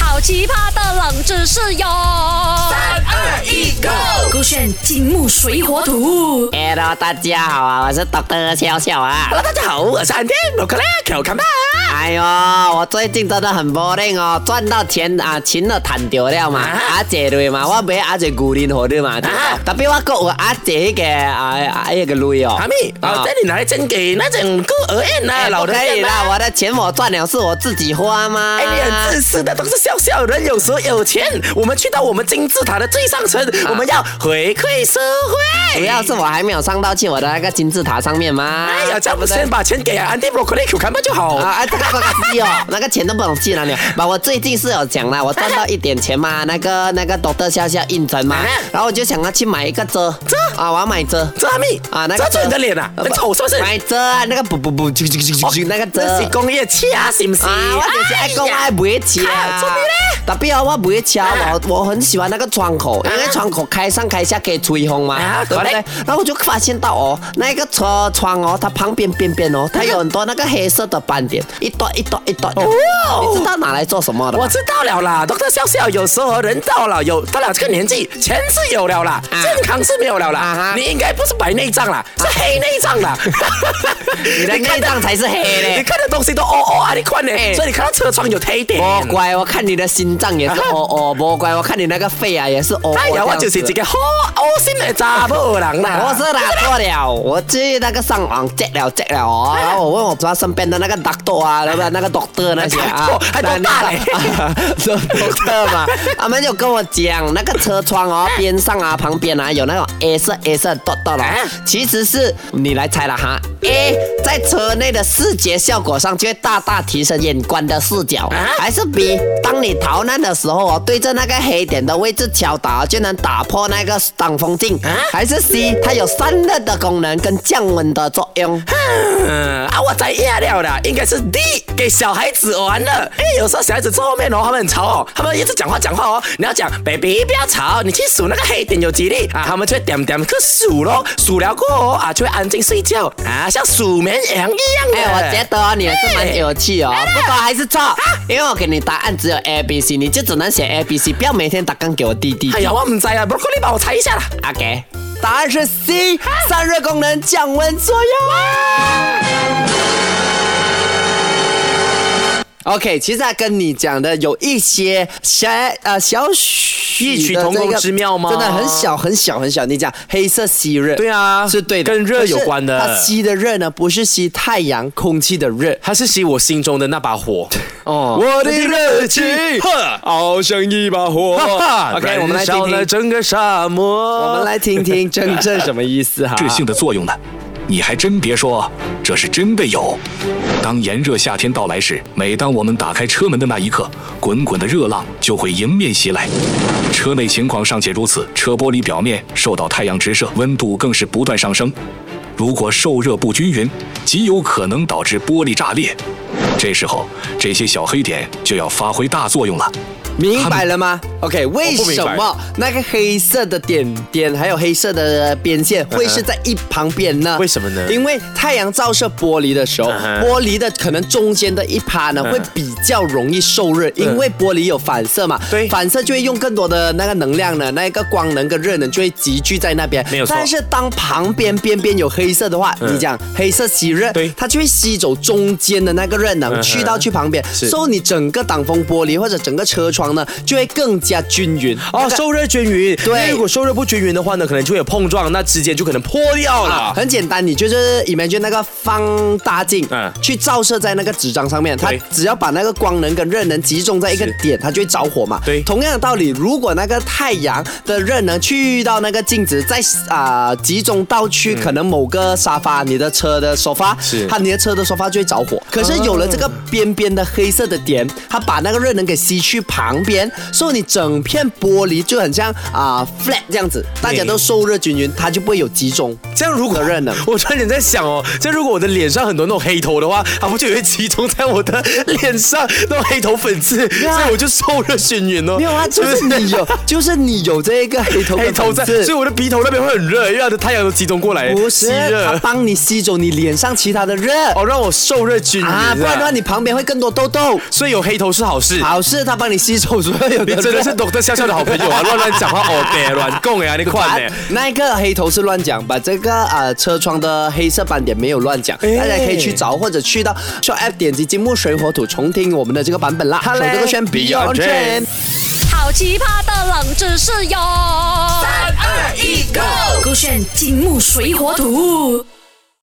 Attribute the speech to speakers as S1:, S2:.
S1: 好奇葩的冷知识哟！三
S2: 二一，Go！
S1: 勾选金木水火土。
S3: Hello，大家好啊，我是 Doctor 笑笑啊。
S2: Hello，大家好，我是安天，我克莱，我看吧。
S3: 哎呦，我最近真的很 boring 哦，赚到钱啊，钱都赚掉了嘛。
S2: 啊
S3: 阿姐对嘛，我买阿姐古林好的嘛。
S2: 啊
S3: 特别我覺有阿姐嘅啊啊一個女哦。
S2: 阿妹，
S3: 啊
S2: 我这里拿来赠给那种孤儿院啊，
S3: 哎
S2: 老
S3: 不
S2: 人
S3: 可以
S2: 院
S3: 啦，
S2: 啊。
S3: 我的钱我赚了，是我自己花吗？
S2: 哎，你很自私的，都是笑笑人。有时候有钱，我们去到我们金字塔的最上层，我们要回馈社会。
S3: 主啊要是我还没有上到去我的那个金字塔上面嘛。
S2: 哎呀，这样我先把钱给安迪布克莱口看吧就好。
S3: 啊，哎，这个 鸡哦，那个钱都不懂去哪里。把我最近是有讲了，我赚到一点 钱嘛，那个那个懂得笑笑应征嘛
S2: 啊，
S3: 然后我就想要去买一个遮
S2: 遮
S3: 啊，我要买遮
S2: 这阿妹
S3: 啊，那个
S2: 这就你的脸啊，
S3: 呃
S2: 很丑是不是？
S3: 买遮啊，那个不不不，啾啾啾啾啾那个遮
S2: 这是工业气啊，是不是？
S3: 啊，我就是
S2: 哎
S3: 爱讲爱不会吃
S2: 看
S3: 啊
S2: 出你嘞。
S3: 特别哦，我不会吃，
S2: 啊
S3: 我我很喜欢那个窗口，因为窗口开上开下可以吹风嘛
S2: 啊，
S3: 对不对
S2: correct？
S3: 然后我就发现到哦，那个车窗哦，它旁边边边哦，它有很多那个黑色的斑点，一段一段一段的。
S2: 哦
S3: 你知道拿来做什么的吗
S2: 我？知道了啦，都在笑笑。啊有时候人到了有到了这个年纪，钱是有了啦，
S3: 啊
S2: 健康是没有了啦。
S3: 啊哈啊
S2: 你应该不是白内障啦，是黑内障啦。
S3: 你的内脏才是黑
S2: 你
S3: 嘞。
S2: 看的东西都哦哦啊，你看呢？
S3: 哎
S2: 所以你看到车窗有黑点。
S3: 魔乖，我看你的心脏也是
S2: 啊
S3: 哦哦，魔乖，我看你那个肺啊也是哦哦。
S2: 哎呀，我
S3: 这样
S2: 就
S3: 子
S2: 是一个好恶心的查某人啦。
S3: 我是拿错了，我去那个上网 check 了 check 了哦，然后我问我抓身边的那个 doctor 啊，然后那个 doctor 那些啊
S2: doctor，，还哎哦 doctor 嘞
S3: doctor 嘛，他们就跟我讲那个车窗哦边上啊旁边啊有那种 A 色 A 色 dot dot 哦
S2: 啊，
S3: 其实是你来猜了哈，A 在车内的视觉效果上就会大大提升眼观的视角
S2: 啊，
S3: 还是 B 当你逃难的时候哦，对着那个黑点的位置敲打就能打破那个挡风镜
S2: 啊，
S3: 还是 C 它有散热的功能跟降温的作用。
S2: 嗯啊，我在压了啦，应该是 D 给小孩子玩的。因为有时候小孩子坐后面哦，他们很吵哦，他们一直讲话讲话哦。你要讲 baby 不要吵，你去数那个黑点有几粒啊，他们就会点点去数咯，数了过后啊就会安静睡觉啊，像数绵羊一样的。
S3: 哎，我觉得哦你也是蛮有趣哦，不过还是错，因为我给你答案只有 A、B、C，你就只能写 A、B、C，不要每天打杠给我弟弟
S2: 哎。呀，我唔知啊，不过你帮我猜一下啦。
S3: OK，答案是 C，散热功能降温作用啊。OK，其实它跟你讲的有一些小呃小许
S2: 异曲
S3: 的
S2: 同工
S3: 这个
S2: 之妙吗
S3: 真的很小很小很小。你讲黑色吸热，
S4: 对啊
S3: 是对的，
S4: 跟热有关的
S3: 可是它吸的热呢，不是吸太阳空气的热，
S4: 它是吸我心中的那把火。
S3: 哦，
S4: 我的热 情，好像一把火。
S3: OK，我们来
S4: 燃
S3: 听听
S4: 烧了整个沙漠。
S3: 我们来听听真 正什么意思哈。
S5: 致性的作用呢？你还真别说，这是真的有。当炎热夏天到来时，每当我们打开车门的那一刻，滚滚的热浪就会迎面袭来。车内情况尚且如此，车玻璃表面受到太阳直射，温度更是不断上升。如果受热不均匀，极有可能导致玻璃炸裂。这时候，这些小黑点就要发挥大作用了。
S3: 明白了吗？OK，为
S4: 我不
S3: 什
S4: 明白
S3: 么那个黑色的点点还有黑色的边线会是在一旁边呢？
S4: 嗯为什么呢嗯
S3: 因为太阳照射玻璃的时候，
S4: 哼嗯
S3: 玻璃的可能中间的一趴呢会比较容易受热，因为玻璃有反射嘛，
S4: 对
S3: 反射就会用更多的那个能量呢，那个光能跟热能就会集聚在那边。
S4: 没有错嗯
S3: 但是当旁边边边有黑色的话，你讲黑色吸热，
S4: 对嗯
S3: 它就会吸走中间的那个热能，去到去旁边，
S4: 是
S3: 所以你整个挡风玻璃或者整个车窗呢，就会更加均匀。
S4: 哦，受热均匀。
S3: 对
S4: 因为如果受热不均匀的话呢，可能就会有碰撞，那之间就可能破掉了。
S2: 哎
S3: 啊，很简单，你就是 imagine 那个放大镜，
S4: 嗯
S3: 去照射在那个纸张上面，它
S4: 对
S3: 只要把那个光能跟热能集中在一个
S4: 是
S3: 点，它就会着火嘛。
S4: 对
S3: 同样的道理，如果那个太阳的热能去到那个镜子，再啊、集中到去可能某个沙发，你的车的沙发，
S4: 嗯是
S3: 它你的车的沙发就会着火。可是有了这个边边的黑色的点，它把那个热能给吸去旁边，所以你整。整片玻璃就很像啊、flat 这样子，大家都受热均匀，它就不会有集中。
S2: 这样如果
S3: 责任呢
S2: 我突然间在想哦，这样如果我的脸上很多那种黑头的话，它不就也会集中在我的脸上那种黑头粉刺，所以我就受热眩晕哦。
S3: 啊没 有啊，就是
S2: 不
S3: 你有，就是你有这个黑头
S2: 黑
S3: 跟
S2: 头
S3: 粉
S2: 在，
S3: 刺
S2: 所以我的鼻头那边会很热，因为它的太阳都集中过来，
S3: 不
S2: 吸
S3: 是，它
S2: 热，
S3: 帮你吸走你脸上其他的热、
S2: 哦，让我受热均匀
S3: 啊，不然的话
S2: 你，
S3: 你旁边会更多痘痘。
S2: 所以有黑头是好事。
S3: 好事，它帮你吸走所有 的
S2: 你
S3: 热。
S2: 真的 是懂得笑笑的好朋友啊，乱乱讲话哦，别乱供呀，你快
S3: 啊
S2: 点。
S3: 那一个黑头是乱讲，把这个呃车窗的黑色斑点没有乱讲，
S2: 哎
S3: 大家可以去找或者去到 s h o p App 点击金木水火土重听我们的这个版本啦。
S2: 好嘞
S3: 从这个选
S2: Beyond
S3: Beyond
S2: Trend
S1: 好奇葩的冷知识哟！三
S6: 二一 go
S1: 勾选金木水火土。